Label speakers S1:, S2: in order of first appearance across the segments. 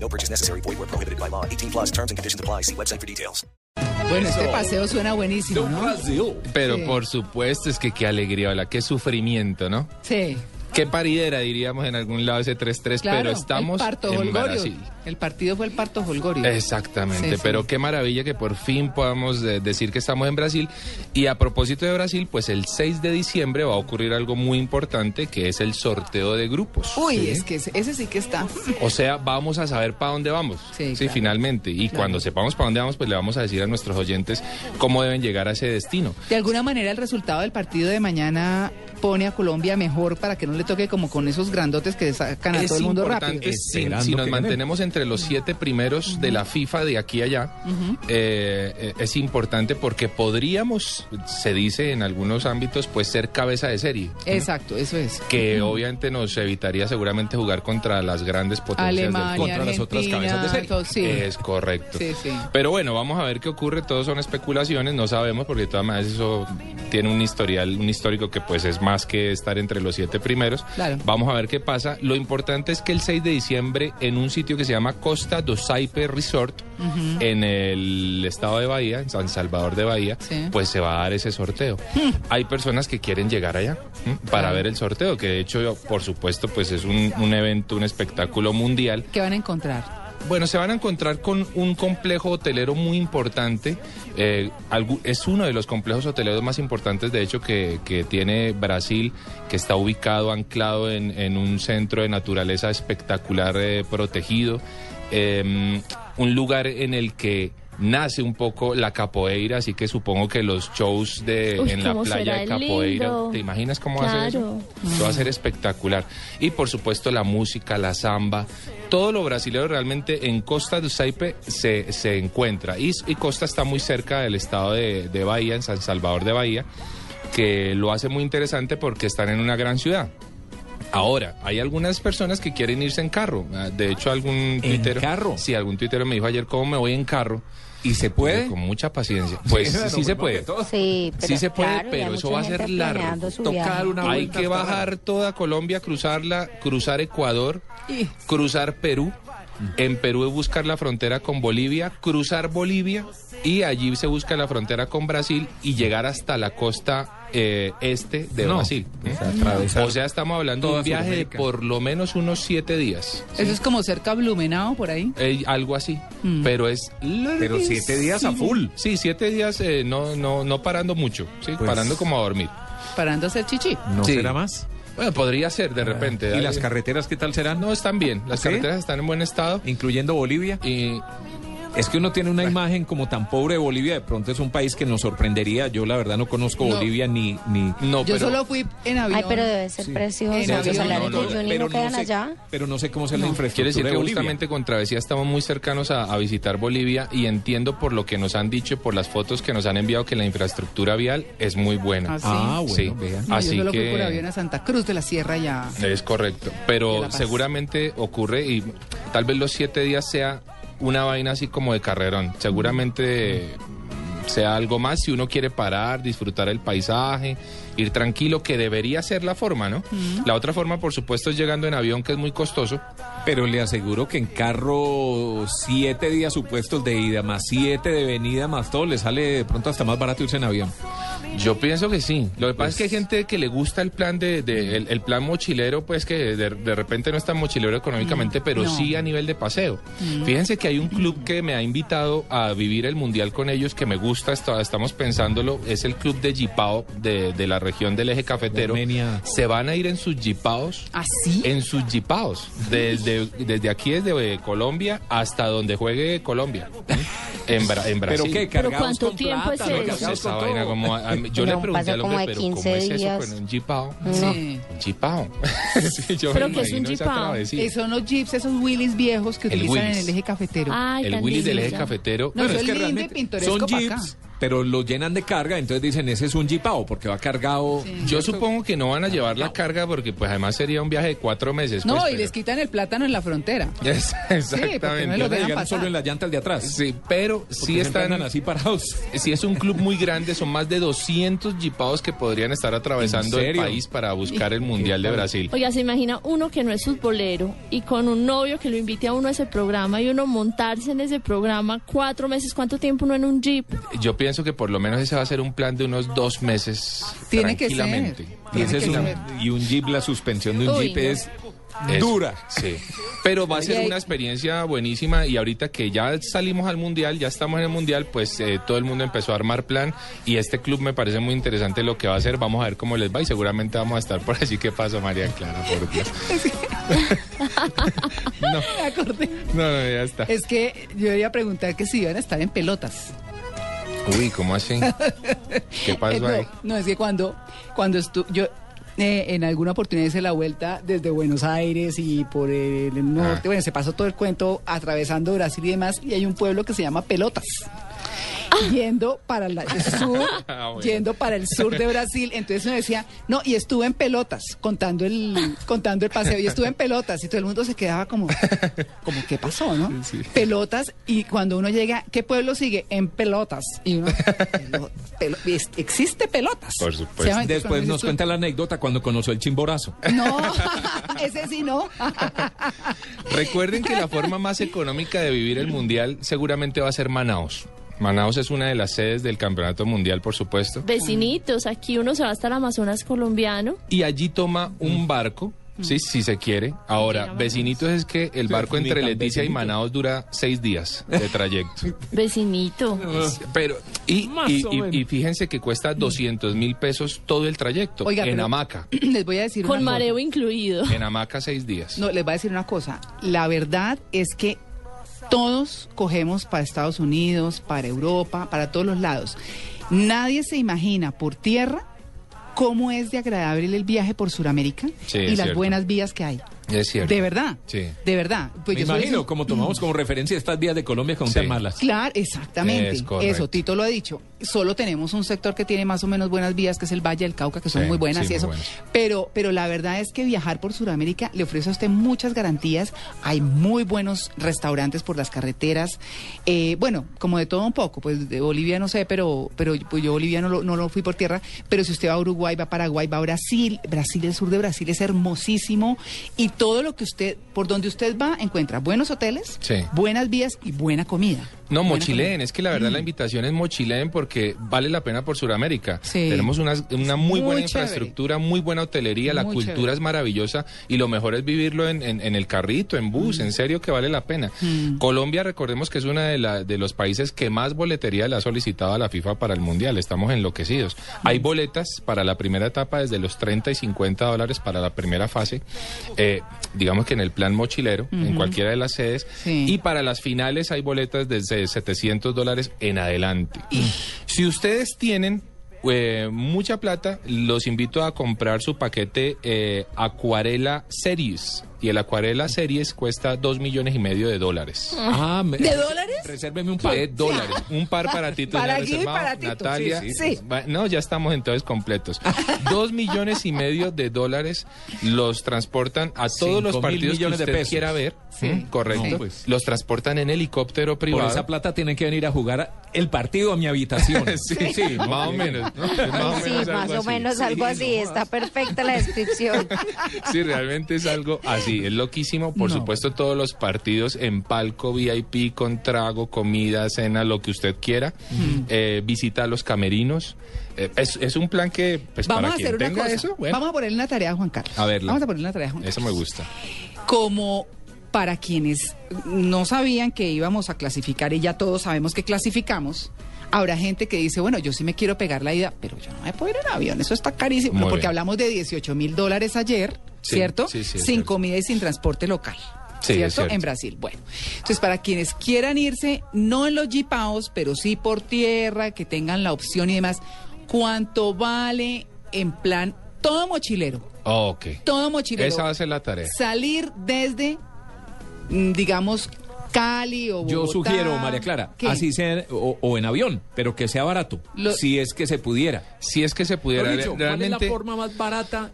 S1: No purchase necessary. Void where prohibited by law. 18 plus terms and conditions apply. See website for details.
S2: Bueno, este
S3: Eso.
S2: paseo suena buenísimo,
S3: Do
S2: ¿no?
S3: Brasil.
S4: Pero
S2: Sí.
S4: por supuesto es que qué alegría, hola, qué sufrimiento, ¿no?
S2: Sí,
S4: Qué paridera, diríamos en algún lado ese 3-3,
S2: claro.
S4: pero estamos
S2: el parto
S4: en
S2: Holgorio.
S4: Brasil.
S2: El partido fue el parto Holgorio.
S4: Exactamente,
S2: Sí, sí.
S4: pero qué maravilla que por fin podamos eh, decir que estamos en Brasil. Y a propósito de Brasil, pues el 6 de diciembre va a ocurrir algo muy importante que es el sorteo de grupos.
S2: Uy, es que ese, ese sí que está.
S4: O sea, vamos a saber para dónde vamos.
S2: Sí,
S4: Sí,
S2: claro.
S4: finalmente. Y cuando sepamos para dónde vamos, pues le vamos a decir a nuestros oyentes cómo deben llegar a ese destino.
S2: De alguna manera el resultado del partido de mañana pone a Colombia mejor para que no le toque como con esos grandotes que sacan a
S4: es
S2: todo el mundo
S4: importante,
S2: rápido.
S4: es- si-
S3: Esperando
S4: si, nos
S3: que ganen.
S4: mantenemos entre los siete primeros de la FIFA de aquí a allá, eh, eh, es importante porque podríamos, se dice en algunos ámbitos, pues ser cabeza de serie.
S2: Exacto, eso es.
S4: Que obviamente nos evitaría seguramente jugar contra las grandes potencias del
S2: Alemania,
S3: contra las otras
S2: Argentina,
S3: cabezas de serie.
S2: todo- sí.
S4: Es correcto.
S2: Sí, sí.
S4: Pero bueno, vamos a ver qué ocurre. Todos son especulaciones, no sabemos porque de todas maneras eso tiene un historial, un histórico que pues es más que estar entre los siete primeros.
S2: Claro.
S4: Vamos a ver qué pasa. Lo importante es que el 6 de diciembre en un sitio que se llama Costa do Saipe Resort en el estado de Bahía, en San Salvador de Bahía,
S2: Sí. Hmm.
S4: pues se va a dar ese sorteo. Hay personas que quieren llegar allá ¿m? para
S2: Claro.
S4: ver el sorteo, que de hecho, por supuesto, pues es un- un evento, un espectáculo mundial.
S2: ¿Qué van a encontrar?
S4: Bueno, se van a encontrar con un complejo hotelero muy importante. eh, algu- es uno de los complejos hoteleros más importantes, de hecho, que, que tiene Brasil, que está ubicado, anclado en, en un centro de naturaleza espectacular, eh, protegido. eh, un lugar en el que nace un poco la capoeira, así que supongo que los shows de,
S5: Uy,
S4: en la
S5: cómo
S4: playa de
S5: será
S4: capoeira,
S5: lindo.
S4: ¿te imaginas cómo va a ser eso?
S5: Claro.
S4: Eso
S3: Mm.
S4: va a ser espectacular. Y por supuesto la música, la samba, todo lo brasileño realmente en Costa do Saipe se, se encuentra. Y, y Costa está muy cerca del estado de, de Bahía, en San Salvador de Bahía, que lo hace muy interesante porque están en una gran ciudad. Ahora, hay algunas personas que quieren irse en carro. Ah, De hecho, algún tuitero...
S3: carro?
S4: Sí, algún tuitero me dijo ayer cómo me voy en carro.
S3: ¿Y se puede?
S4: Con mucha paciencia. Pues sí, se puede.
S6: Oh, Sí, pero,
S4: Sí se puede,
S6: claro, ya
S4: pero
S6: mucha
S4: eso va a
S6: gente
S4: ser largo.
S6: planeando su
S3: Tocar
S6: viaje.
S3: una vuelta.
S4: Hay que
S3: hasta
S4: bajar toda Colombia, cruzarla, cruzar Ecuador, cruzar Perú. En Perú buscar la frontera con Bolivia, cruzar Bolivia y allí se busca la frontera con Brasil y llegar hasta la costa eh, este de
S3: No.
S4: Brasil. ¿eh?
S3: O sea, atravesar
S4: O sea, estamos hablando de
S3: toda
S4: un viaje de
S3: Sudamérica.
S4: por lo menos unos siete días.
S2: Eso es como cerca a Blumenau, por ahí.
S4: Eh, algo así,
S6: Mm.
S4: pero es
S3: Pero siete días a full.
S4: Sí, siete días eh, no, no, no parando mucho, ¿sí?
S3: Pues-
S4: parando como a dormir.
S2: Parando a hacer chichi.
S3: ¿No
S4: Sí.
S3: será más?
S4: Bueno, podría ser de repente.
S3: Ah. ¿Y
S4: dale.
S3: las carreteras qué tal serán?
S4: No, están bien. Las
S3: ¿Sí?
S4: carreteras están en buen estado.
S3: Incluyendo Bolivia.
S4: Y
S3: Es que uno tiene una imagen como tan pobre de Bolivia, de pronto es un país que nos sorprendería. Yo la verdad no conozco
S2: No.
S3: Bolivia ni... ni...
S4: no,
S2: Yo
S4: pero
S2: solo fui en avión.
S6: Ay, pero debe ser
S3: Sí.
S6: precioso.
S2: En
S6: Los
S2: avión,
S6: salares
S4: no,
S6: de
S4: no,
S6: Johnny no, quedan
S3: sé,
S6: allá.
S3: pero no sé cómo sea la infraestructura
S4: quiere decir
S3: de
S4: que
S3: Bolivia.
S4: justamente con Travesía estamos muy cercanos a, a visitar Bolivia y entiendo por lo que nos han dicho, y por las fotos que nos han enviado, que la infraestructura vial es muy buena.
S2: Ah, sí.
S3: Ah, bueno,
S4: Sí.
S3: vean.
S2: No,
S4: así
S2: yo solo fui
S4: que- Eh,
S2: por avión a Santa Cruz de la Sierra ya.
S4: Es correcto,
S2: De La
S4: pero
S2: Paz.
S4: seguramente ocurre y tal vez los siete días sea una vaina así como de carrerón. Seguramente eh, sea algo más si uno quiere parar, disfrutar el paisaje, ir tranquilo, que debería ser la forma, ¿no? La otra forma, por supuesto, es llegando en avión, que es muy costoso.
S3: Pero le aseguro que en carro siete días supuestos de ida, más siete de venida, más todo, le sale de pronto hasta más barato irse en avión.
S4: Yo pienso que sí. Lo que pasa es que hay
S3: Pues
S4: gente que le gusta el plan de, de- el, el plan mochilero, pues que de, de repente no es tan mochilero económicamente, pero
S2: no.
S4: sí a nivel de paseo. Fíjense que hay un club que me ha invitado a vivir el mundial con ellos que me gusta, está- estamos pensándolo, es el club de Jipao de, de la región del eje cafetero.
S3: Armenia.
S4: Se van a ir en sus Jipaos
S2: ¿Así?
S4: en sus jipaos, desde, desde aquí, desde eh, Colombia hasta donde juegue Colombia. En, Bra- en Brasil.
S3: ¿Pero qué?
S5: ¿Pero
S3: ¿Cargados
S5: cuánto
S3: con
S5: tiempo
S3: plata,
S5: es
S3: ¿no?
S5: eso?
S4: Oiga,
S3: ¿Cargados
S4: esa
S3: con
S4: vaina
S3: todo?
S4: como a- a mí- yo
S5: No,
S4: le pregunté
S5: pasa
S4: al
S5: como
S4: hombre,
S5: de
S4: pero ¿cómo
S5: 15
S4: es eso
S5: días.
S4: con un jipao?
S2: Sí.
S4: Un jipao. Sí, yo
S5: ¿Pero
S4: me
S5: qué es un
S4: imagino esa
S5: jipao?
S4: travesía.
S2: Eh, son los jeeps, esos Willys viejos que
S4: El
S2: utilizan
S4: Willys.
S2: en el eje cafetero.
S5: Ay,
S4: El
S5: tan
S4: Willis del eje
S5: lindo.
S4: cafetero.
S2: No,
S4: Bueno,
S2: eso
S4: es
S2: es
S4: que
S2: lindo y
S4: realmente
S2: pintoresco
S3: Son
S2: pa' acá.
S3: jeeps, pero los llenan de carga, entonces dicen, ese es un jeepao, porque va cargado.
S4: Yo supongo que no van a llevar la carga porque pues además sería un viaje de cuatro meses.
S2: No,
S4: pues,
S2: y
S4: pero-
S2: les quitan el plátano en la frontera.
S4: Yes,
S2: no
S4: Exactamente.
S2: lo
S3: Van a
S2: dejan
S3: llegar
S2: pasar.
S3: solo en la llanta al de atrás.
S4: Sí, pero
S3: Porque
S4: sí
S3: siempre
S4: están Pues,
S3: andan así parados.
S4: Si es un club muy grande, son más de 200 jipados que podrían estar atravesando
S3: ¿En
S4: el
S3: serio?
S4: país para buscar el Mundial de Brasil.
S5: Oiga, se imagina uno que no es futbolero y con un novio que lo invite a uno a ese programa y uno montarse en ese programa cuatro meses, ¿cuánto tiempo uno en un jeep?
S4: Yo pienso que por lo menos ese va a ser un plan de unos dos meses.
S2: Tiene que ser.
S4: tranquilamente.
S3: Y,
S2: Tiene
S3: ese es
S2: que
S3: un-
S2: saber.
S3: y un jeep, la suspensión de un
S5: Uy,
S3: jeep
S5: no.
S3: es
S4: Es-
S3: dura.
S4: Sí. Pero va a
S2: Oye,
S4: ser
S2: hay-
S4: una experiencia buenísima y ahorita que ya salimos al mundial, ya estamos en el mundial, pues eh, todo el mundo empezó a armar plan y este club me parece muy interesante lo que va a hacer. Vamos a ver cómo les va y seguramente vamos a estar por así. ¿Qué pasa, María Clara? Por Dios. no,
S2: Me acordé.
S4: no, no, ya está.
S2: Es que yo iba a preguntar que si iban a estar en pelotas.
S4: Uy, ¿cómo así? ¿Qué
S2: Eh,
S4: pasó
S2: no,
S4: ahí?
S2: no, es que cuando, cuando estu- yo eh, en alguna oportunidad hice la vuelta desde Buenos Aires y por el norte,
S4: Ah.
S2: bueno, se pasó todo el cuento atravesando Brasil y demás, y hay un pueblo que se llama Pelotas. Yendo para la- el sur,
S4: Ah, bueno.
S2: yendo para el sur de Brasil, entonces uno decía, no, y estuve en pelotas, contando el, contando el paseo, y estuve en pelotas, y todo el mundo se quedaba como, como ¿qué pasó, no? Pelotas, y cuando uno llega, ¿qué pueblo sigue? En pelotas. Y uno, pelo- pelo- es- existe pelotas.
S4: Por supuesto.
S2: Se llama-
S3: Después
S2: cuando
S3: nos
S2: dices
S3: cuenta la anécdota cuando conoció el chimborazo.
S2: tú, No, ese sí no.
S4: Recuerden que la forma más económica de vivir el mundial seguramente va a ser Manaos. Manaos es una de las sedes del Campeonato Mundial, por supuesto.
S5: Vecinitos, aquí uno se va hasta el Amazonas colombiano.
S4: y allí toma un barco. Sí, si se quiere. Ahora,
S5: Mira,
S4: vecinitos es que el
S3: Sí,
S4: barco
S3: ni
S4: entre
S3: tan
S4: Leticia y
S3: vecinito.
S4: Manaos dura seis días de trayecto.
S5: Vecinito.
S3: Ah.
S4: Pero, y,
S3: Más
S4: y-
S3: o
S4: y-
S3: menos.
S4: y fíjense que cuesta 200 mil pesos todo el trayecto.
S2: Oiga,
S4: en
S2: pero-
S4: hamaca.
S2: Les voy a decir
S5: Con
S2: una cosa.
S5: mareo incluido.
S4: En hamaca seis días.
S2: No, les voy a decir una cosa. La verdad es que todos cogemos para Estados Unidos, para Europa, para todos los lados. Nadie se imagina por tierra cómo es de agradable el viaje por Sudamérica
S4: Sí,
S2: y
S4: es
S2: las
S4: cierto.
S2: buenas vías que hay.
S4: Es cierto.
S2: De verdad.
S4: Sí.
S2: De verdad. Pues
S3: Me
S2: yo soy-
S3: imagino, como tomamos como referencia estas vías de Colombia con
S4: Sí.
S3: tan malas.
S2: Claro, exactamente.
S4: Es correcto.
S2: Eso, Tito lo ha dicho. Solo tenemos un sector que tiene más o menos buenas vías, que es el Valle del Cauca, que son
S4: Sí,
S2: muy buenas y
S4: sí, muy
S2: eso.
S4: buenas.
S2: Pero, pero la verdad es que viajar por Sudamérica le ofrece a usted muchas garantías. Hay muy buenos restaurantes por las carreteras. Eh, bueno, como de todo un poco, pues de Bolivia no sé, pero, pero pues, yo Bolivia no lo, no lo fui por tierra. Pero si usted va a Uruguay, va a Paraguay, va a Brasil, Brasil, el sur de Brasil es hermosísimo. Y todo lo que usted, por donde usted va, encuentra buenos hoteles,
S4: Sí.
S2: buenas vías y buena comida.
S4: No,
S2: Buena
S4: mochileen, es que la verdad la invitación es mochileen porque vale la pena por Sudamérica.
S2: Sí.
S4: Tenemos una, una
S2: Muy
S4: muy,
S2: chévere.
S4: buena infraestructura, muy buena hotelería, la
S2: Muy
S4: cultura
S2: chévere.
S4: es maravillosa y lo mejor es vivirlo en, en- en el carrito, en bus, en serio que vale la pena. Colombia, recordemos que es uno de, la- de los países que más boletería le ha solicitado a la FIFA para el Mundial, estamos enloquecidos. Hay boletas para la primera etapa desde los 30 y 50 dólares para la primera fase, eh, digamos que en el plan mochilero, en cualquiera de las sedes,
S2: Sí.
S4: y para las finales hay boletas desde 700 dólares en adelante. Si ustedes tienen eh, mucha plata, los invito a comprar su paquete eh, Acuarela Series. Y el Acuarela Series cuesta 2 millones y medio de dólares.
S2: Mm.
S3: Ah, me-
S5: ¿De dólares?
S3: Resérveme un par.
S4: De dólares. Un par para ti. tú
S2: Para
S4: ya
S2: Guido y
S4: reservado,
S2: para Tito.
S4: Natalia.
S2: Sí, sí, sí.
S4: Va- No, ya estamos entonces completos. Dos millones y medio de dólares los transportan a todos
S3: Cinco
S4: los
S3: mil
S4: partidos que
S3: millones de
S4: usted
S3: pesos.
S4: quiera ver. ¿Mm? Correcto.
S3: No, pues.
S4: Los transportan en helicóptero
S3: Por
S4: privado.
S3: esa plata tienen que venir a jugar el partido a mi habitación.
S4: Sí, sí, más o menos. ¿no? Es Más o
S6: Sí,
S4: menos
S6: más
S4: algo
S6: o
S4: así.
S6: menos algo así. Está perfecta la descripción.
S4: Sí, realmente es algo así, es loquísimo. Por supuesto, todos los partidos en palco VIP, con trago, comida, cena, lo que usted quiera. Eh, visita los camerinos. Eh, es, es un plan que, pues,
S2: Vamos
S4: para
S2: a hacer
S4: quien
S2: una
S4: tenga
S2: cosa.
S4: eso, bueno,
S2: Vamos a ponerle una tarea a Juan Carlos.
S4: A verla.
S2: Vamos a ponerle una tarea a Juan Carlos.
S4: eso me gusta.
S2: Como para quienes no sabían que íbamos a clasificar y ya todos sabemos que clasificamos, habrá gente que dice, bueno, yo sí me quiero pegar la ida, pero yo no me puedo ir en avión, eso está carísimo.
S4: Muy
S2: porque
S4: bien.
S2: hablamos de 18 mil dólares ayer,
S4: Sí,
S2: ¿cierto?
S4: sí, sí, es
S2: sin
S4: cierto.
S2: comida y sin transporte local.
S4: Sí, es
S2: ¿cierto?
S4: cierto.
S2: En Brasil. Bueno, entonces para quienes quieran irse, no en los jipaos, pero sí por tierra, que tengan la opción y demás, ¿cuánto vale en plan todo mochilero?
S4: Ah, ok.
S2: Todo mochilero.
S4: Esa va a ser la tarea.
S2: Salir desde, mm, digamos, Cali o Bogotá.
S3: Yo sugiero, María Clara,
S2: ¿Qué?
S3: así sea, o, o en avión, pero que sea barato,
S2: Lo-
S3: si es que se pudiera.
S4: Si es que se pudiera
S3: Mejor dicho, ¿Cuál es la
S4: realmente...
S3: forma más barata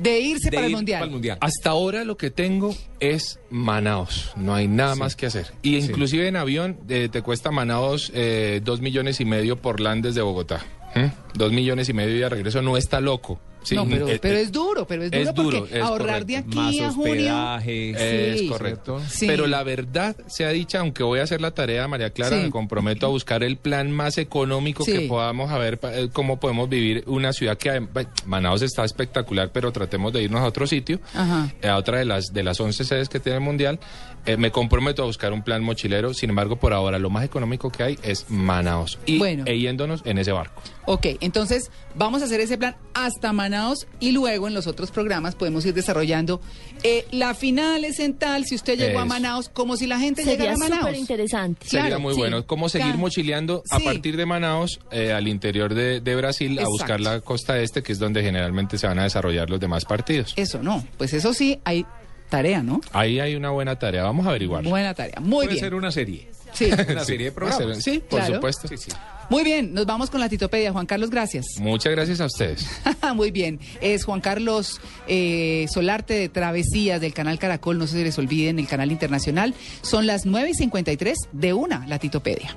S2: De irse
S3: de
S2: para el
S3: ir
S2: mundial. Ah,
S3: al mundial?
S4: Hasta ahora lo que tengo es Manaos, no hay nada más que hacer. Y inclusive en avión eh, te cuesta Manaos eh, dos millones y medio por LAN desde Bogotá. ¿Mm? Dos millones y medio y de regreso no está loco. Sí,
S2: no, pero,
S4: eh,
S2: pero
S4: eh,
S2: es duro, pero es duro
S4: es
S2: porque
S4: duro, es
S2: ahorrar de
S4: correcto.
S2: aquí a
S3: Más
S2: junio.
S3: hospedaje, Eh,
S4: Eh, Es
S2: Sí.
S4: correcto.
S2: Sí.
S4: Pero la verdad sea dicha, aunque voy a hacer la tarea, María Clara,
S2: Sí.
S4: me comprometo a buscar el plan más económico
S2: Sí.
S4: que podamos a ver pa- eh, cómo podemos vivir una ciudad que adem- bueno, Manaos está espectacular, pero tratemos de irnos a otro sitio,
S2: Ajá.
S4: eh, a otra de las de las 11 sedes que tiene el mundial. Eh, me comprometo a buscar un plan mochilero. Sin embargo, por ahora lo más económico que hay es Manaos y
S2: Bueno.
S4: e yéndonos en ese barco.
S2: Ok, entonces vamos a hacer ese plan hasta Manaos y luego en los otros programas podemos ir desarrollando. eh, la final es en tal, si usted llegó a
S4: Eso.
S2: Manaos, como si la gente llegara
S5: Sería
S2: a
S5: súper
S2: Manaos.
S5: interesante.
S4: Sería
S2: Claro,
S4: muy
S2: sí.
S4: bueno. ¿Cómo seguir
S2: Claro.
S4: mochileando a
S2: Sí.
S4: partir de Manaos eh, al interior de, de Brasil
S2: Exacto.
S4: a buscar la costa este, que es donde generalmente se van a desarrollar los demás partidos?
S2: Eso no, pues eso sí, hay tarea, ¿no?
S4: Ahí hay una buena tarea. Vamos a averiguar.
S2: Buena tarea, muy
S3: Puede
S2: bien.
S3: ser una serie.
S2: Sí.
S3: Una serie de programas.
S4: Sí, por
S2: Claro.
S4: supuesto.
S2: Muy bien, nos vamos con la titopedia. Juan Carlos, gracias.
S4: Muchas gracias a ustedes.
S2: Muy bien, es Juan Carlos eh, Solarte de Travesías del canal Caracol, no se les olvide en el canal internacional. Son las 9 y 53 de una, la titopedia.